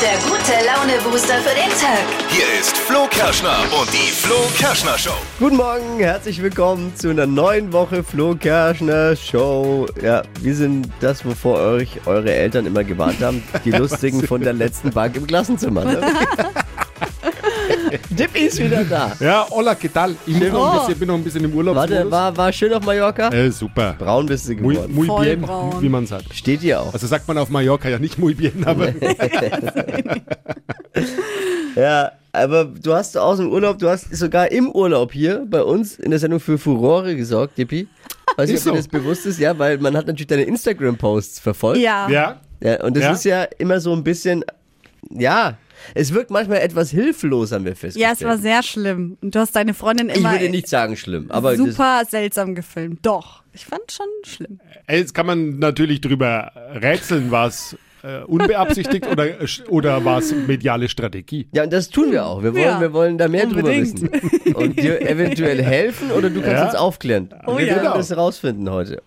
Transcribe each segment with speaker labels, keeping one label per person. Speaker 1: der gute Laune-Booster für den Tag.
Speaker 2: Hier ist Flo Kerschner und die Flo Kerschner Show.
Speaker 3: Guten Morgen, herzlich willkommen zu einer neuen Woche Flo Kerschner Show. Ja, wir sind das, wovor euch eure Eltern immer gewarnt haben, die Lustigen von der letzten Bank im Klassenzimmer. Ne? Dippy ist wieder da.
Speaker 4: Ja, hola, ¿qué tal? Ich bin, noch ein bisschen, ich bin noch ein bisschen im Urlaub.
Speaker 3: Oh. Warte, war, war schön auf Mallorca?
Speaker 4: äh, super.
Speaker 3: Braun bist du
Speaker 4: Muy,
Speaker 3: geworden.
Speaker 4: muy
Speaker 5: Voll
Speaker 4: bien,
Speaker 5: braun.
Speaker 4: wie man sagt.
Speaker 3: Steht ihr auch.
Speaker 4: Also sagt man auf Mallorca ja nicht muy bien, aber
Speaker 3: Ja, aber du hast aus dem Urlaub, du hast sogar im Urlaub hier bei uns in der Sendung für Furore gesorgt, Dippy. Weiß nicht,
Speaker 4: Ist
Speaker 3: ob dir das
Speaker 4: so.
Speaker 3: bewusst ist, ja, weil man hat natürlich deine Instagram-Posts verfolgt.
Speaker 5: Ja.
Speaker 4: ja.
Speaker 3: Ja, und das
Speaker 4: Ja?
Speaker 3: ist ja immer so ein bisschen, ja, es wirkt manchmal etwas hilflos, haben wir
Speaker 5: Ja,
Speaker 3: festgestellt.
Speaker 5: es war sehr schlimm. Und du hast deine Freundin
Speaker 3: ich
Speaker 5: immer
Speaker 3: würde nicht sagen schlimm, aber das,
Speaker 5: super seltsam gefilmt. Doch, ich fand schon schlimm.
Speaker 4: Ey, Jetzt kann man natürlich drüber rätseln, was äh, unbeabsichtigt oder, oder was mediale Strategie.
Speaker 3: ja, und das tun wir auch. Wir wollen,
Speaker 5: Ja.
Speaker 3: wir wollen da mehr
Speaker 5: Unbedingt.
Speaker 3: drüber wissen. Und dir eventuell helfen oder du kannst
Speaker 4: Ja.
Speaker 3: uns aufklären.
Speaker 5: Oh
Speaker 3: wir
Speaker 5: ja.
Speaker 3: werden
Speaker 4: Genau.
Speaker 3: das rausfinden heute.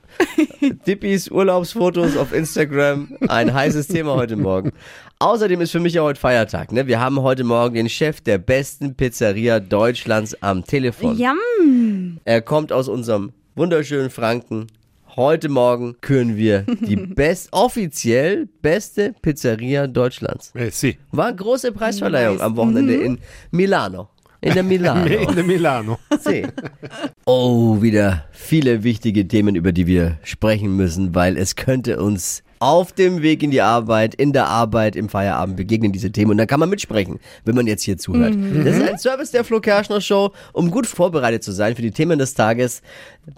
Speaker 3: Dippis Urlaubsfotos auf Instagram, ein heißes Thema heute Morgen. Außerdem ist für mich ja heute Feiertag. Ne? Wir haben heute Morgen den Chef der besten Pizzeria Deutschlands am Telefon.
Speaker 5: Jam.
Speaker 3: Er kommt aus unserem wunderschönen Franken. Heute Morgen küren wir die best, offiziell beste Pizzeria Deutschlands.
Speaker 4: Äh, sie.
Speaker 3: War eine große Preisverleihung am Wochenende in Milano. In der Milano.
Speaker 4: In Milano.
Speaker 3: See. Oh, wieder viele wichtige Themen, über die wir sprechen müssen, weil es könnte uns auf dem Weg in die Arbeit, in der Arbeit, im Feierabend begegnen diese Themen. Und da kann man mitsprechen, wenn man jetzt hier zuhört. Das ist ein Service der Flo Kerschner Show, um gut vorbereitet zu sein für die Themen des Tages.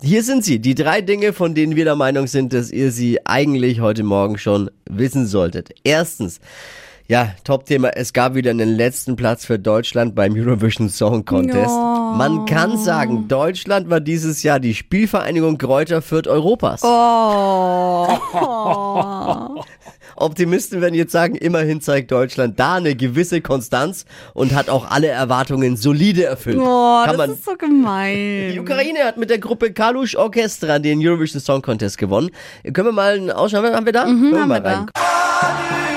Speaker 3: Hier sind sie, die drei Dinge, von denen wir der Meinung sind, dass ihr sie eigentlich heute Morgen schon wissen solltet. Erstens, ja, Top-Thema. Es gab wieder einen letzten Platz für Deutschland beim Eurovision Song Contest. Man kann sagen, Deutschland war dieses Jahr die Spielvereinigung Kräuter Fürth Europas.
Speaker 5: Oh.
Speaker 3: Optimisten werden jetzt sagen, immerhin zeigt Deutschland da eine gewisse Konstanz und hat auch alle Erwartungen solide erfüllt.
Speaker 5: Oh,
Speaker 3: kann
Speaker 5: das
Speaker 3: man
Speaker 5: ist so gemein.
Speaker 3: Die Ukraine hat mit der Gruppe Kalush Orchestra den Eurovision Song Contest gewonnen. Können wir mal einen Ausschnitt haben? wir da? Hören wir
Speaker 5: Mhm, haben
Speaker 3: mal
Speaker 5: wir da.
Speaker 3: rein.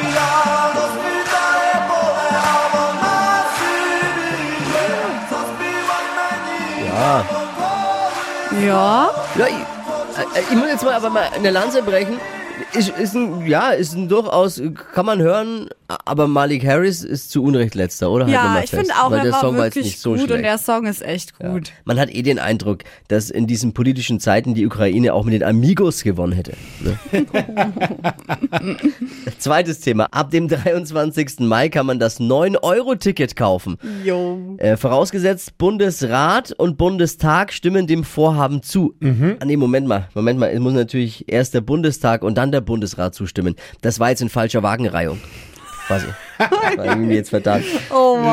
Speaker 5: Ja,
Speaker 3: Ja, ich, äh, ich muss jetzt mal aber mal eine Lanze brechen. Ist, ist ein, ja, ist ein durchaus, kann man hören, aber Malik Harris ist zu Unrecht letzter, oder? Halten wir
Speaker 5: ja
Speaker 3: mal
Speaker 5: ich
Speaker 3: fest.
Speaker 5: finde auch,
Speaker 3: Weil
Speaker 5: er
Speaker 3: der
Speaker 5: war
Speaker 3: Song war jetzt
Speaker 5: wirklich
Speaker 3: nicht so
Speaker 5: gut
Speaker 3: schlecht.
Speaker 5: und der Song ist echt gut.
Speaker 3: Man hat eh den Eindruck, dass in diesen politischen Zeiten die Ukraine auch mit den Amigos gewonnen hätte. Ne? Zweites Thema. Ab dem 23. Mai kann man das 9-Euro-Ticket kaufen.
Speaker 5: Jo.
Speaker 3: Äh, vorausgesetzt, Bundesrat und Bundestag stimmen dem Vorhaben zu. Ah, nee, Moment mal, Moment mal. Es muss natürlich erst der Bundestag und dann der Bundesrat zustimmen. Das war jetzt in falscher Wagenreihung. Quasi. War irgendwie jetzt verdammt.
Speaker 5: Oh
Speaker 3: Äh.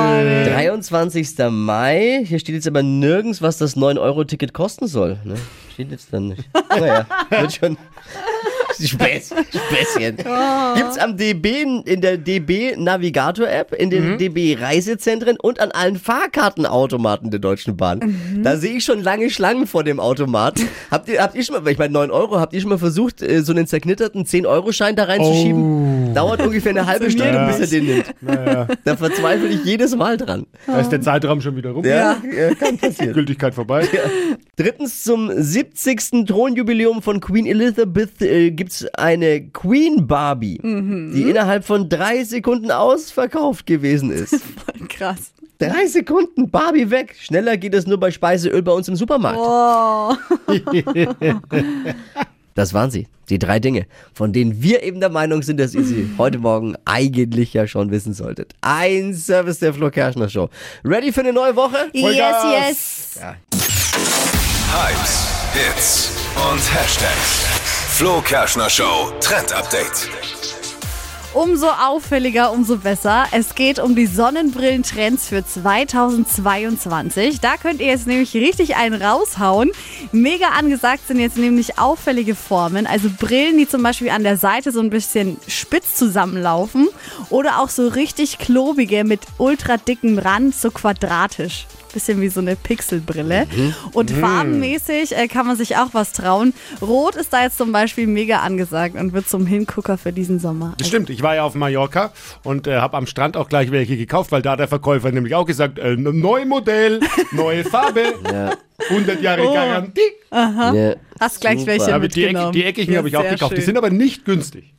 Speaker 5: Mann.
Speaker 3: 23. Mai. Hier steht jetzt aber nirgends, was das 9-Euro-Ticket kosten soll. Ne? Steht jetzt dann nicht. Naja, wird schon. Späß, Späßchen. Gibt's am DB, in der DB Navigator App, in den DB Reisezentren und an allen Fahrkartenautomaten der Deutschen Bahn. Da sehe ich schon lange Schlangen vor dem Automaten. Habt ihr, habt ihr schon mal, weil ich meine 9 Euro, habt ihr schon mal versucht, äh, so einen zerknitterten 10-Euro-Schein da reinzuschieben? Dauert ungefähr eine halbe Stunde, bis er den nimmt. Da verzweifle ich jedes Mal dran.
Speaker 4: Da ist der Zeitraum schon wieder rum.
Speaker 3: ja äh, kann passieren.
Speaker 4: Gültigkeit vorbei.
Speaker 3: Drittens, zum 70. Thronjubiläum von Queen Elizabeth äh, gibt's eine Queen Barbie, die innerhalb von drei Sekunden ausverkauft gewesen ist.
Speaker 5: Voll krass.
Speaker 3: drei Sekunden, Barbie weg. Schneller geht es nur bei Speiseöl bei uns im Supermarkt.
Speaker 5: Oh.
Speaker 3: Das waren sie, die drei Dinge, von denen wir eben der Meinung sind, dass ihr sie heute Morgen eigentlich ja schon wissen solltet. Ein Service der Flo Kerschner Show. Ready für eine neue Woche?
Speaker 5: Yes, yes.
Speaker 2: Hypes, Hits und Hashtags. Flo Kerschner Show Trend Update.
Speaker 5: Umso auffälliger, umso besser. Es geht um die Sonnenbrillentrends für 2022. Da könnt ihr jetzt nämlich richtig einen raushauen. Mega angesagt sind jetzt nämlich auffällige Formen. Also Brillen, die zum Beispiel an der Seite so ein bisschen spitz zusammenlaufen. Oder auch so richtig klobige mit ultra dickem Rand, so quadratisch. bisschen wie so eine Pixelbrille. Und farbenmäßig äh, kann man sich auch was trauen. Rot ist da jetzt zum Beispiel mega angesagt und wird zum Hingucker für diesen Sommer. Also
Speaker 4: Das stimmt, ich war ja auf Mallorca und äh, habe am Strand auch gleich welche gekauft, weil da hat der Verkäufer nämlich auch gesagt, äh, n- neues Modell, neue Farbe, 100 Jahre Garantie.
Speaker 3: Ja,
Speaker 5: Hast gleich
Speaker 3: Ne, Super.
Speaker 5: welche
Speaker 4: Oh. Aber die, Eck,
Speaker 5: mitgenommen.
Speaker 4: die eckigen
Speaker 5: Ja,
Speaker 4: habe ich auch
Speaker 5: sehr
Speaker 4: gekauft. Die
Speaker 5: schön.
Speaker 4: sind aber nicht günstig.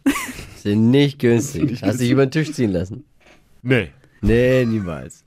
Speaker 3: Sind nicht günstig. Hast dich über den Tisch ziehen lassen.
Speaker 4: Nee.
Speaker 3: Nee, niemals.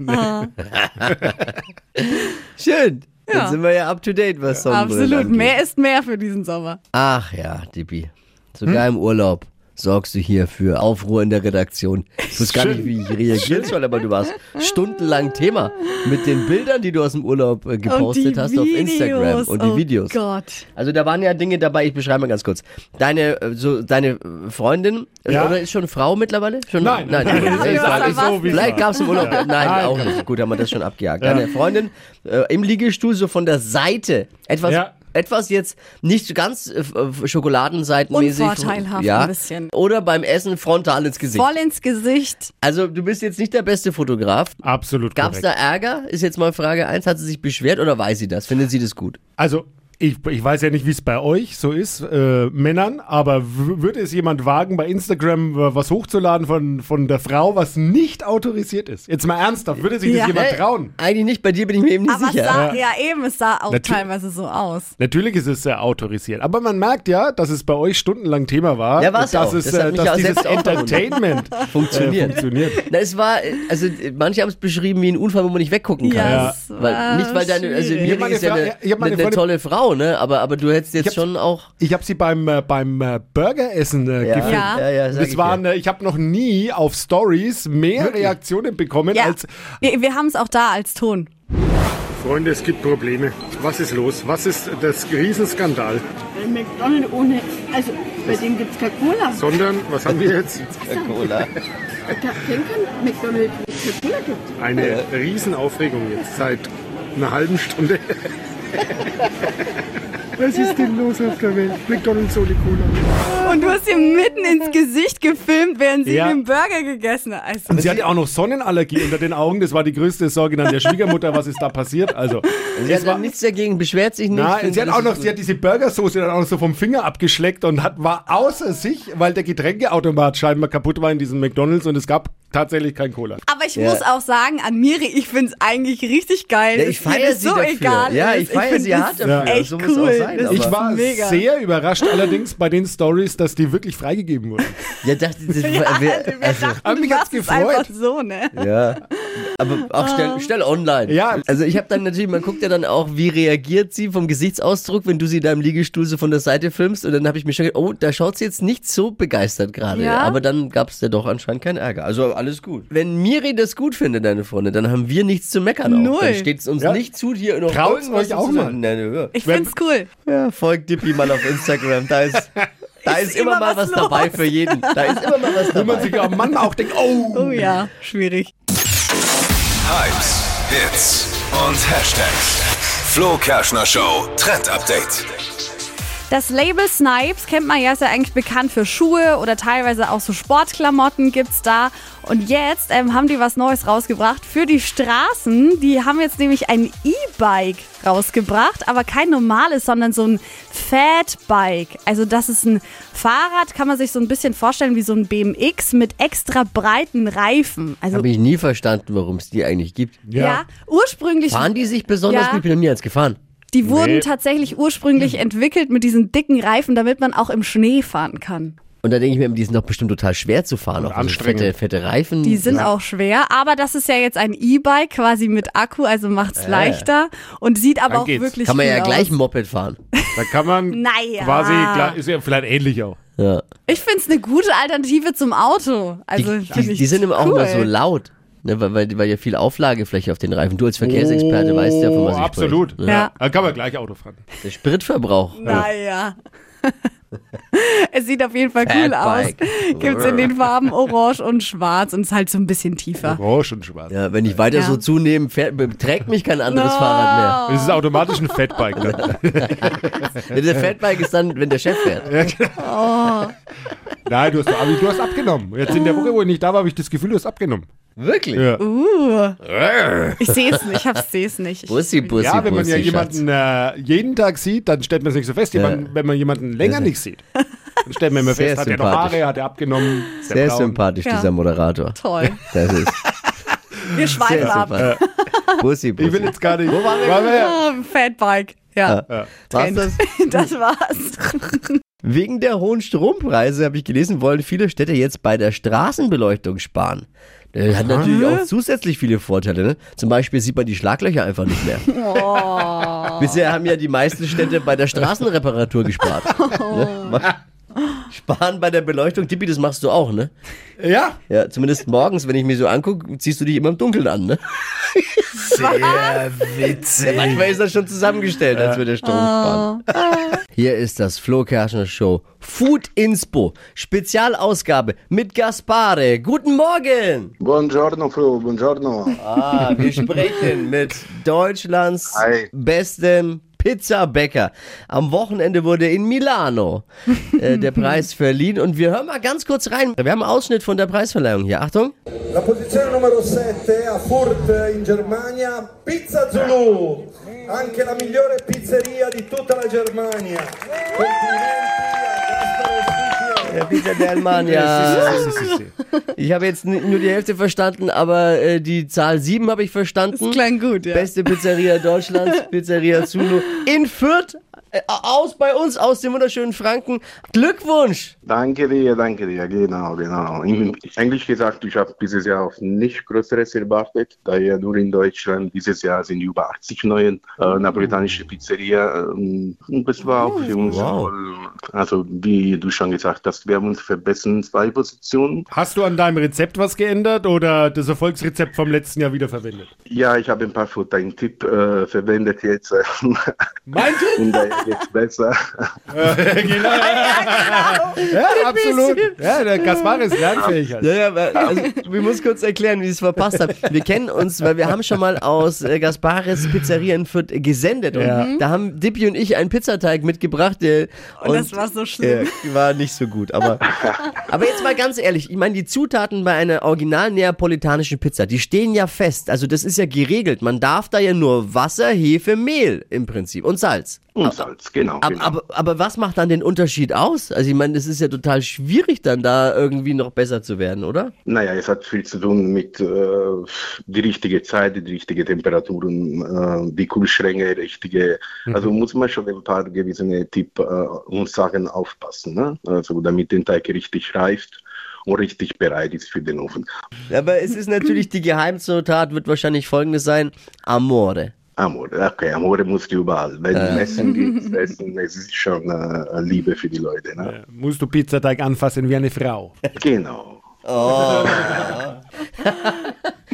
Speaker 3: Schön. Dann sind wir ja up to date, was Sonnenbrillen
Speaker 5: Absolut,
Speaker 3: angeht.
Speaker 5: mehr ist mehr für diesen Sommer.
Speaker 3: Ach ja, Dippi. Sogar im Urlaub sorgst du hier für Aufruhr in der Redaktion. Ich wusste gar nicht, wie ich reagieren soll, aber du warst stundenlang Thema mit den Bildern, die du aus dem Urlaub äh, gepostet hast auf Instagram und die
Speaker 5: oh
Speaker 3: Videos.
Speaker 5: Gott.
Speaker 3: Also da waren ja Dinge dabei, ich beschreibe mal ganz kurz. Deine, äh, so, deine äh, Freundin, äh,
Speaker 4: Ja.
Speaker 3: oder ist schon Frau mittlerweile? Schon,
Speaker 4: Nein,
Speaker 3: nein, nein,
Speaker 4: das
Speaker 3: ich
Speaker 5: ist
Speaker 3: frage
Speaker 5: was
Speaker 3: nicht.
Speaker 5: verpasst.
Speaker 4: so, wie es
Speaker 3: Vielleicht
Speaker 4: war. Ah,
Speaker 3: gab es im Urlaub, nein,
Speaker 4: Nein,
Speaker 3: auch
Speaker 4: kann
Speaker 3: nicht. Gut, haben wir das schon abgejagt. Deine Freundin äh, im Liegestuhl so von der Seite, etwas,
Speaker 4: Ja.
Speaker 3: etwas jetzt nicht ganz äh, f- schokoladenseitenmäßig.
Speaker 5: Unvorteilhaft
Speaker 3: ja,
Speaker 5: ein bisschen.
Speaker 3: Oder beim Essen frontal ins Gesicht.
Speaker 5: Voll ins Gesicht.
Speaker 3: Also du bist jetzt nicht der beste Fotograf.
Speaker 4: Absolut
Speaker 3: Gab es
Speaker 4: korrekt.
Speaker 3: da Ärger? Ist jetzt mal Frage eins. Hat sie sich beschwert oder weiß sie das? Findet sie das gut?
Speaker 4: Also, ich, ich weiß ja nicht, wie es bei euch so ist, äh, Männern, aber w- würde es jemand wagen, bei Instagram äh, was hochzuladen von, von der Frau, was nicht autorisiert ist? Jetzt mal ernsthaft, würde sich
Speaker 5: Ja.
Speaker 4: das jemand
Speaker 3: Äh,
Speaker 4: trauen?
Speaker 3: Eigentlich nicht, bei dir bin ich mir eben nicht
Speaker 5: Aber es
Speaker 3: sicher.
Speaker 5: sah, ja. eben, es sah auch
Speaker 4: Natu-
Speaker 5: teilweise so aus.
Speaker 4: Natürlich ist es äh, autorisiert, aber man merkt ja, dass es bei euch stundenlang Thema war,
Speaker 3: Ja, war's
Speaker 4: dass,
Speaker 3: auch.
Speaker 4: Es,
Speaker 3: Das hat
Speaker 4: äh,
Speaker 3: mich
Speaker 4: dass
Speaker 3: ja
Speaker 4: dieses
Speaker 3: selbst auch verwundert.
Speaker 4: Entertainment
Speaker 3: Funktioniert.
Speaker 4: Äh, funktioniert.
Speaker 3: Na, es war, äh, also äh, manche haben es beschrieben wie ein Unfall, wo man nicht weggucken kann.
Speaker 5: Ja, es war
Speaker 3: Weil, nicht, weil deine, also
Speaker 5: schwierig.
Speaker 4: Ich hab
Speaker 3: Miri ist ja
Speaker 4: meine
Speaker 3: eine,
Speaker 4: Fra- ich hab meine
Speaker 3: eine, eine
Speaker 4: Freundin-
Speaker 3: tolle Frau, ne? Aber, aber du hättest jetzt
Speaker 4: Ich hab-
Speaker 3: schon auch.
Speaker 4: Ich habe sie beim, äh, beim äh, Burgeressen äh, gefilmt.
Speaker 5: Ja.
Speaker 3: ja, ja, sag
Speaker 4: Das
Speaker 3: ich
Speaker 4: waren,
Speaker 3: ja.
Speaker 4: äh, ich habe noch nie auf Stories mehr Reaktionen bekommen
Speaker 5: Ja.
Speaker 4: als
Speaker 5: wir wir haben es auch da als Ton.
Speaker 6: Freunde, es gibt Probleme. Was ist los? Was ist das Riesenskandal?
Speaker 7: Ein McDonald's ohne, also bei dem gibt es keine Cola.
Speaker 6: Sondern, was haben wir jetzt?
Speaker 7: Da denken McDonald's wo es keine Cola gibt.
Speaker 6: Eine Riesenaufregung jetzt seit einer halben Stunde. Was ist denn los auf der Welt? McDonalds ohne Cola.
Speaker 5: Und du hast ihr mitten ins Gesicht gefilmt, während sie
Speaker 4: Ja.
Speaker 5: den Burger gegessen hat. Also,
Speaker 4: Und sie hatte auch noch Sonnenallergie unter den Augen. Das war die größte Sorge dann der Schwiegermutter, was ist da passiert. Also,
Speaker 3: Sie hat dann nichts dagegen, beschwert sich nicht.
Speaker 4: na, und
Speaker 3: findet,
Speaker 4: sie hat
Speaker 3: das
Speaker 4: auch
Speaker 3: ist
Speaker 4: noch,
Speaker 3: gut.
Speaker 4: sie hat diese Burgersoße dann auch noch so vom Finger abgeschleckt und hat, war außer sich, weil der Getränkeautomat scheinbar kaputt war in diesem McDonalds und es gab tatsächlich kein Cola.
Speaker 5: aber ich
Speaker 3: Ja.
Speaker 5: muss auch sagen, an Miri, ich finde es eigentlich richtig geil.
Speaker 3: ja,
Speaker 5: dass
Speaker 3: ich
Speaker 5: ihr
Speaker 3: feiere
Speaker 5: das
Speaker 3: sie
Speaker 5: so
Speaker 3: dafür.
Speaker 5: egal.
Speaker 3: ja,
Speaker 5: ist.
Speaker 3: ich feiere
Speaker 5: find
Speaker 3: sie
Speaker 5: das
Speaker 3: hart dafür. Also,
Speaker 5: Echt
Speaker 3: so muss
Speaker 5: cool.
Speaker 3: auch sein.
Speaker 5: Das
Speaker 3: Aber
Speaker 5: ist
Speaker 4: Ich war
Speaker 5: mega.
Speaker 4: sehr überrascht allerdings bei den Stories, dass die wirklich freigegeben wurden.
Speaker 3: ja, dachte, das war,
Speaker 5: Ja,
Speaker 3: wer-
Speaker 5: also, wir
Speaker 3: also,
Speaker 5: dachten,
Speaker 4: Aber
Speaker 5: du
Speaker 4: mich hat's
Speaker 5: machst es
Speaker 4: gefreut.
Speaker 5: einfach so, ne?
Speaker 3: Ja. Aber auch schnell, schnell online.
Speaker 4: Ja.
Speaker 3: Also ich habe dann natürlich, man guckt ja dann auch, wie reagiert sie vom Gesichtsausdruck, wenn du sie da im Liegestuhl so von der Seite filmst. Und dann habe ich mir schon gedacht, oh, da schaut sie jetzt nicht so begeistert gerade.
Speaker 5: Ja.
Speaker 3: Aber dann gab es ja doch anscheinend keinen Ärger. Also alles gut. Wenn Miri das gut findet, deine Freundin, dann haben wir nichts zu meckern. auch.
Speaker 5: Null.
Speaker 3: Dann steht es uns
Speaker 4: Ja.
Speaker 3: nicht zu, hier noch
Speaker 4: Traut's
Speaker 3: irgendwas
Speaker 4: euch auch
Speaker 3: zu
Speaker 4: mal.
Speaker 3: sagen. Nein, nein,
Speaker 5: Ich finde es cool.
Speaker 3: ja. ja, folgt Dippi mal auf Instagram. Da ist, da ist, immer, mal was,
Speaker 5: los.
Speaker 3: dabei für jeden. Da ist immer mal was
Speaker 4: Wo man
Speaker 3: dabei.
Speaker 4: sich am Mann auch denkt, oh,
Speaker 5: Oh ja, schwierig.
Speaker 2: Hypes, Hits und Hashtags. Flo Kerschner Show Trend Update.
Speaker 5: Das Label Snipes kennt man ja, ist ja eigentlich bekannt für Schuhe oder teilweise auch so Sportklamotten gibt's da. Und jetzt ähm, haben die was Neues rausgebracht für die Straßen. Die haben jetzt nämlich ein E-Bike rausgebracht, aber kein normales, sondern so ein Fatbike. Also das ist ein Fahrrad, kann man sich so ein bisschen vorstellen wie so ein BMX mit extra breiten Reifen. Also
Speaker 3: Habe ich nie verstanden, warum es die eigentlich gibt.
Speaker 5: ja. ursprünglich
Speaker 3: Fahren die sich besonders
Speaker 5: Ja.
Speaker 3: gut? Ich bin noch nie eins gefahren.
Speaker 5: die wurden tatsächlich ursprünglich entwickelt mit diesen dicken Reifen, damit man auch im Schnee fahren kann.
Speaker 3: Und da denke ich mir, die sind doch bestimmt total schwer zu fahren. Auch also
Speaker 6: anstrengend.
Speaker 3: fette, fette Reifen.
Speaker 5: Die sind auch schwer, aber das ist ja jetzt ein E-Bike quasi mit Akku, also macht's leichter und sieht aber
Speaker 4: Dann
Speaker 5: auch
Speaker 4: geht's.
Speaker 5: wirklich
Speaker 3: Äh. Kann man
Speaker 5: cool
Speaker 3: ja
Speaker 5: aus.
Speaker 3: gleich ein Moped fahren.
Speaker 4: da kann man
Speaker 5: Naja.
Speaker 4: quasi, klar, ist ja vielleicht ähnlich auch.
Speaker 3: Ja.
Speaker 5: Ich find's eine gute Alternative zum Auto. Also
Speaker 3: Die,
Speaker 5: find
Speaker 3: die,
Speaker 5: ich
Speaker 3: die sind immer auch
Speaker 5: cool.
Speaker 3: immer so laut. Ne, weil, weil, weil ja viel Auflagefläche auf den Reifen. Du als Verkehrsexperte weißt ja, von was ich
Speaker 4: Oh, Absolut.
Speaker 3: spreche.
Speaker 5: Ja.
Speaker 4: Da kann man gleich Auto fahren.
Speaker 3: Der Spritverbrauch.
Speaker 5: Naja. es sieht auf jeden Fall cool aus.
Speaker 3: Fatbike.
Speaker 5: Gibt's in den Farben Orange und Schwarz und ist halt so ein bisschen
Speaker 3: Oh.
Speaker 5: tiefer.
Speaker 4: Orange und schwarz.
Speaker 3: Ja, wenn ich weiter
Speaker 5: Ja.
Speaker 3: so zunehme, fährt, beträgt mich kein anderes Fahrrad
Speaker 4: Es ist automatisch ein Fatbike. ne? Dann.
Speaker 3: mehr. Der Fatbike ist dann, wenn der Chef fährt.
Speaker 4: Nein, du hast, aber du hast abgenommen. Jetzt in der Woche, wo ich nicht da war, habe ich das Gefühl, du hast abgenommen.
Speaker 3: Wirklich?
Speaker 4: Ja.
Speaker 5: Ich sehe es nicht, ich hab's- seh's nicht. Ich-
Speaker 3: Bussi, Bussi,
Speaker 4: ja, wenn man
Speaker 3: Bussi,
Speaker 4: ja
Speaker 3: Schatz.
Speaker 4: jemanden äh, jeden Tag sieht, dann stellt man es nicht so fest. Jemand, wenn man jemanden länger nicht sieht, dann stellt man immer
Speaker 3: Sehr
Speaker 4: fest, hat er noch
Speaker 3: sympathisch.
Speaker 4: Haare, hat er abgenommen. ist er
Speaker 3: Sehr
Speaker 4: braun.
Speaker 3: sympathisch,
Speaker 5: Ja.
Speaker 3: dieser Moderator.
Speaker 5: Toll.
Speaker 3: Das ist
Speaker 5: Wir schweifen
Speaker 3: sehr
Speaker 5: ab.
Speaker 3: sympathisch. Bussi, Bussi.
Speaker 4: Ich will jetzt gar nicht. Wo waren wir?
Speaker 5: Ah, Fatbike. Ja.
Speaker 3: War's das?
Speaker 5: Das war's.
Speaker 3: Wegen der hohen Strompreise, habe ich gelesen, wollen viele Städte jetzt bei der Straßenbeleuchtung sparen. Das hat natürlich auch zusätzlich viele Vorteile. Ne? Zum Beispiel sieht man die Schlaglöcher einfach nicht mehr. Bisher haben ja die meisten Städte bei der Straßenreparatur gespart. ne? Ma- Sparen bei der Beleuchtung, Tippi, das machst du auch, ne?
Speaker 4: Ja,
Speaker 3: Ja, zumindest morgens, wenn ich mir so angucke, ziehst du dich immer im Dunkeln an, ne?
Speaker 2: Sehr witzig.
Speaker 3: Manchmal ist das schon zusammengestellt, als würde der Strom sparen. Hier ist das Flo Kerschner Show Food Inspo Spezialausgabe mit Gaspare. Guten Morgen.
Speaker 8: Buongiorno Flo, buongiorno.
Speaker 3: Ah, wir sprechen mit Deutschlands
Speaker 8: Hi.
Speaker 3: besten Pizzabäcker. Am Wochenende wurde in Milano äh, der Preis verliehen und wir hören mal ganz kurz rein. Wir haben einen Ausschnitt von der Preisverleihung hier. Achtung.
Speaker 9: La posizione numero 7 a Furt in Germania, Pizza Zulu, anche la migliore pizzeria di tutta la Germania. Complimenti a Gasparo Scucchi.
Speaker 3: Der Peter Dellmann, ja. Ich habe jetzt n- nur die Hälfte verstanden, aber äh, die Zahl 7 habe ich verstanden.
Speaker 5: Das klang gut, ja.
Speaker 3: Beste Pizzeria Deutschlands, Pizzeria Zulu in Fürth, äh, aus bei uns, aus dem wunderschönen Franken. Glückwunsch!
Speaker 8: Danke dir, danke dir, genau, genau. In Englisch gesagt, ich habe dieses Jahr auf nicht Größeres erwartet, da ja nur in Deutschland dieses Jahr sind über 80 neue äh, napolitanische Pizzeria. ähm, Und das war auch für uns, voll, also wie du schon gesagt hast, wir haben uns verbessern zwei Positionen.
Speaker 4: Hast du an deinem Rezept was geändert oder das Erfolgsrezept vom letzten Jahr wiederverwendet?
Speaker 8: Ja, ich habe ein paar für deinen Tipp äh, verwendet jetzt äh,
Speaker 4: Mein Tipp?
Speaker 8: und daher geht's besser.
Speaker 4: Ja, absolut. Ja, der Kaspar ist lernfähig. halt.
Speaker 3: Ja, ja, also, wir muss kurz erklären, wie ich es verpasst habe. Wir kennen uns, weil wir haben schon mal aus äh, Gaspares Pizzeria in Fürth äh, gesendet. Und
Speaker 4: Ja.
Speaker 3: da haben Dippi und ich einen Pizzateig mitgebracht. Äh,
Speaker 5: Und das war so schlimm.
Speaker 3: Ja, Äh, war nicht so gut, aber. aber jetzt mal ganz ehrlich, ich meine, die Zutaten bei einer original neapolitanischen Pizza, die stehen ja fest. Also das ist ja geregelt. Man darf da ja nur Wasser, Hefe, Mehl im Prinzip und Salz.
Speaker 8: Und Salz, genau.
Speaker 3: Aber,
Speaker 8: genau.
Speaker 3: aber, aber was macht dann den Unterschied aus? Also ich meine, es ist ja total schwierig, dann da irgendwie noch besser zu werden, oder?
Speaker 8: Naja, es hat viel zu tun mit äh, die richtige Zeit, die richtige Temperaturen, äh, die Kühlschränke, richtige. Also muss man schon ein paar gewisse Tipps äh, und Sachen aufpassen, ne? also damit der Teig richtig reift und richtig bereit ist für den Ofen.
Speaker 3: Aber es ist natürlich, die Geheimzutat wird wahrscheinlich folgendes sein. Amore.
Speaker 8: Amore, okay, Amore musst du überall. Wenn du Essen gibst, Essen, es ist schon äh, Liebe für die Leute. Ne?
Speaker 4: Musst du Pizzateig anfassen wie eine Frau.
Speaker 8: Genau.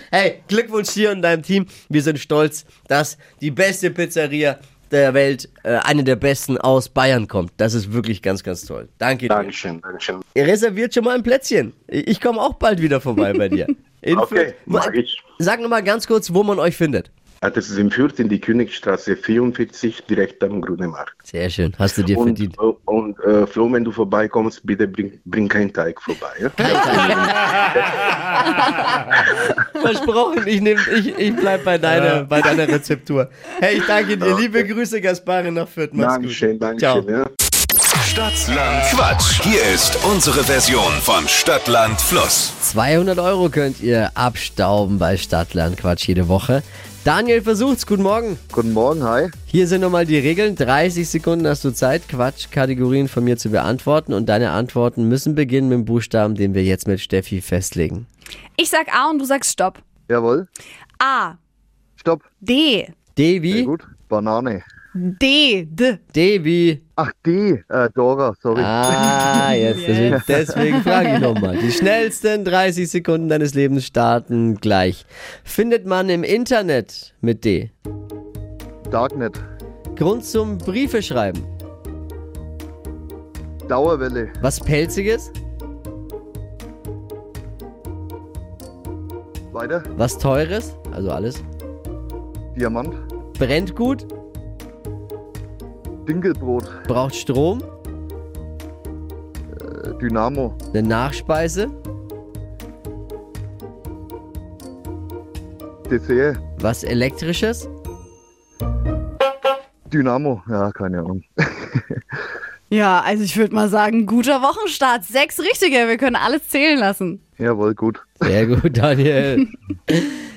Speaker 3: Hey, Glückwunsch dir und deinem Team. Wir sind stolz, dass die beste Pizzeria der Welt, äh, eine der besten aus Bayern kommt. Das ist wirklich ganz, ganz toll. Danke dir.
Speaker 8: Dankeschön, Dankeschön.
Speaker 3: Ihr reserviert schon mal ein Plätzchen. Ich ich komme auch bald wieder vorbei bei dir. In
Speaker 8: Okay,
Speaker 3: Fürth.
Speaker 8: mag ich.
Speaker 3: Sag noch mal ganz kurz, wo man euch findet.
Speaker 8: Ah, Das ist in Fürth in die Königstraße 44, direkt am Grünen Markt.
Speaker 3: Sehr schön, hast du dir
Speaker 8: und,
Speaker 3: verdient.
Speaker 8: äh, Und äh, Flo, wenn du vorbeikommst, bitte bring, bring keinen Teig vorbei. Ja?
Speaker 3: Versprochen, ich, nehm, ich, ich bleib bei deiner, bei deiner Rezeptur. Hey, ich danke dir. Liebe Grüße, Gaspare, nach Fürth. Mach's
Speaker 8: Dankeschön,
Speaker 3: gut. Ciao.
Speaker 8: Dankeschön. Ja.
Speaker 2: Stadtland Quatsch. Hier ist unsere Version von Stadtland Fluss.
Speaker 3: 200 Euro könnt ihr abstauben bei Stadtland Quatsch jede Woche. Daniel versucht's. Guten Morgen.
Speaker 10: Guten Morgen, hi.
Speaker 3: Hier sind nochmal die Regeln. 30 Sekunden hast du Zeit, Quatschkategorien von mir zu beantworten. Und deine Antworten müssen beginnen mit dem Buchstaben, den wir jetzt mit Steffi festlegen.
Speaker 5: Ich sag A und du sagst Stopp.
Speaker 10: Jawohl.
Speaker 5: A.
Speaker 10: Stopp.
Speaker 5: D.
Speaker 3: D
Speaker 10: Sehr
Speaker 3: wie?
Speaker 10: gut. Banane.
Speaker 5: D. D.
Speaker 3: D wie?
Speaker 10: Ach, die. Äh, Dora, sorry.
Speaker 3: Ah, jetzt. Deswegen, deswegen frage ich nochmal. Die schnellsten 30 Sekunden deines Lebens starten gleich. Findet man im Internet mit D.
Speaker 10: Darknet.
Speaker 3: Grund zum Briefe schreiben.
Speaker 10: Dauerwelle.
Speaker 3: Was Pelziges?
Speaker 10: Weiter.
Speaker 3: Was Teures? Also alles.
Speaker 10: Diamant.
Speaker 3: Brennt gut?
Speaker 10: Dinkelbrot.
Speaker 3: Braucht Strom?
Speaker 10: Äh, Dynamo.
Speaker 3: Eine Nachspeise?
Speaker 9: DCE.
Speaker 3: Was elektrisches?
Speaker 9: Dynamo, ja, keine Ahnung.
Speaker 11: Ja, also ich würde mal sagen, guter Wochenstart. Sechs richtige, wir können alles zählen lassen.
Speaker 9: Jawohl, gut.
Speaker 3: Sehr gut, Daniel.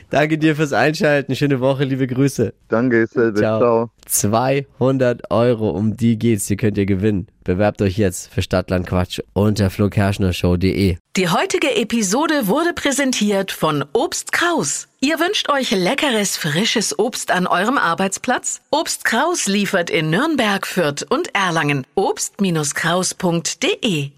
Speaker 3: Danke dir fürs Einschalten. Schöne Woche, liebe Grüße.
Speaker 9: Danke, selber. Ciao.
Speaker 3: 200 Euro, um die geht's. Die könnt ihr gewinnen. Bewerbt euch jetzt für Stadtland Quatsch unter flokerschnershow.de.
Speaker 5: Die heutige Episode wurde präsentiert von Obst Kraus. Ihr wünscht euch leckeres, frisches Obst an eurem Arbeitsplatz? Obst Kraus liefert in Nürnberg, Fürth und Erlangen. Obst-Kraus.de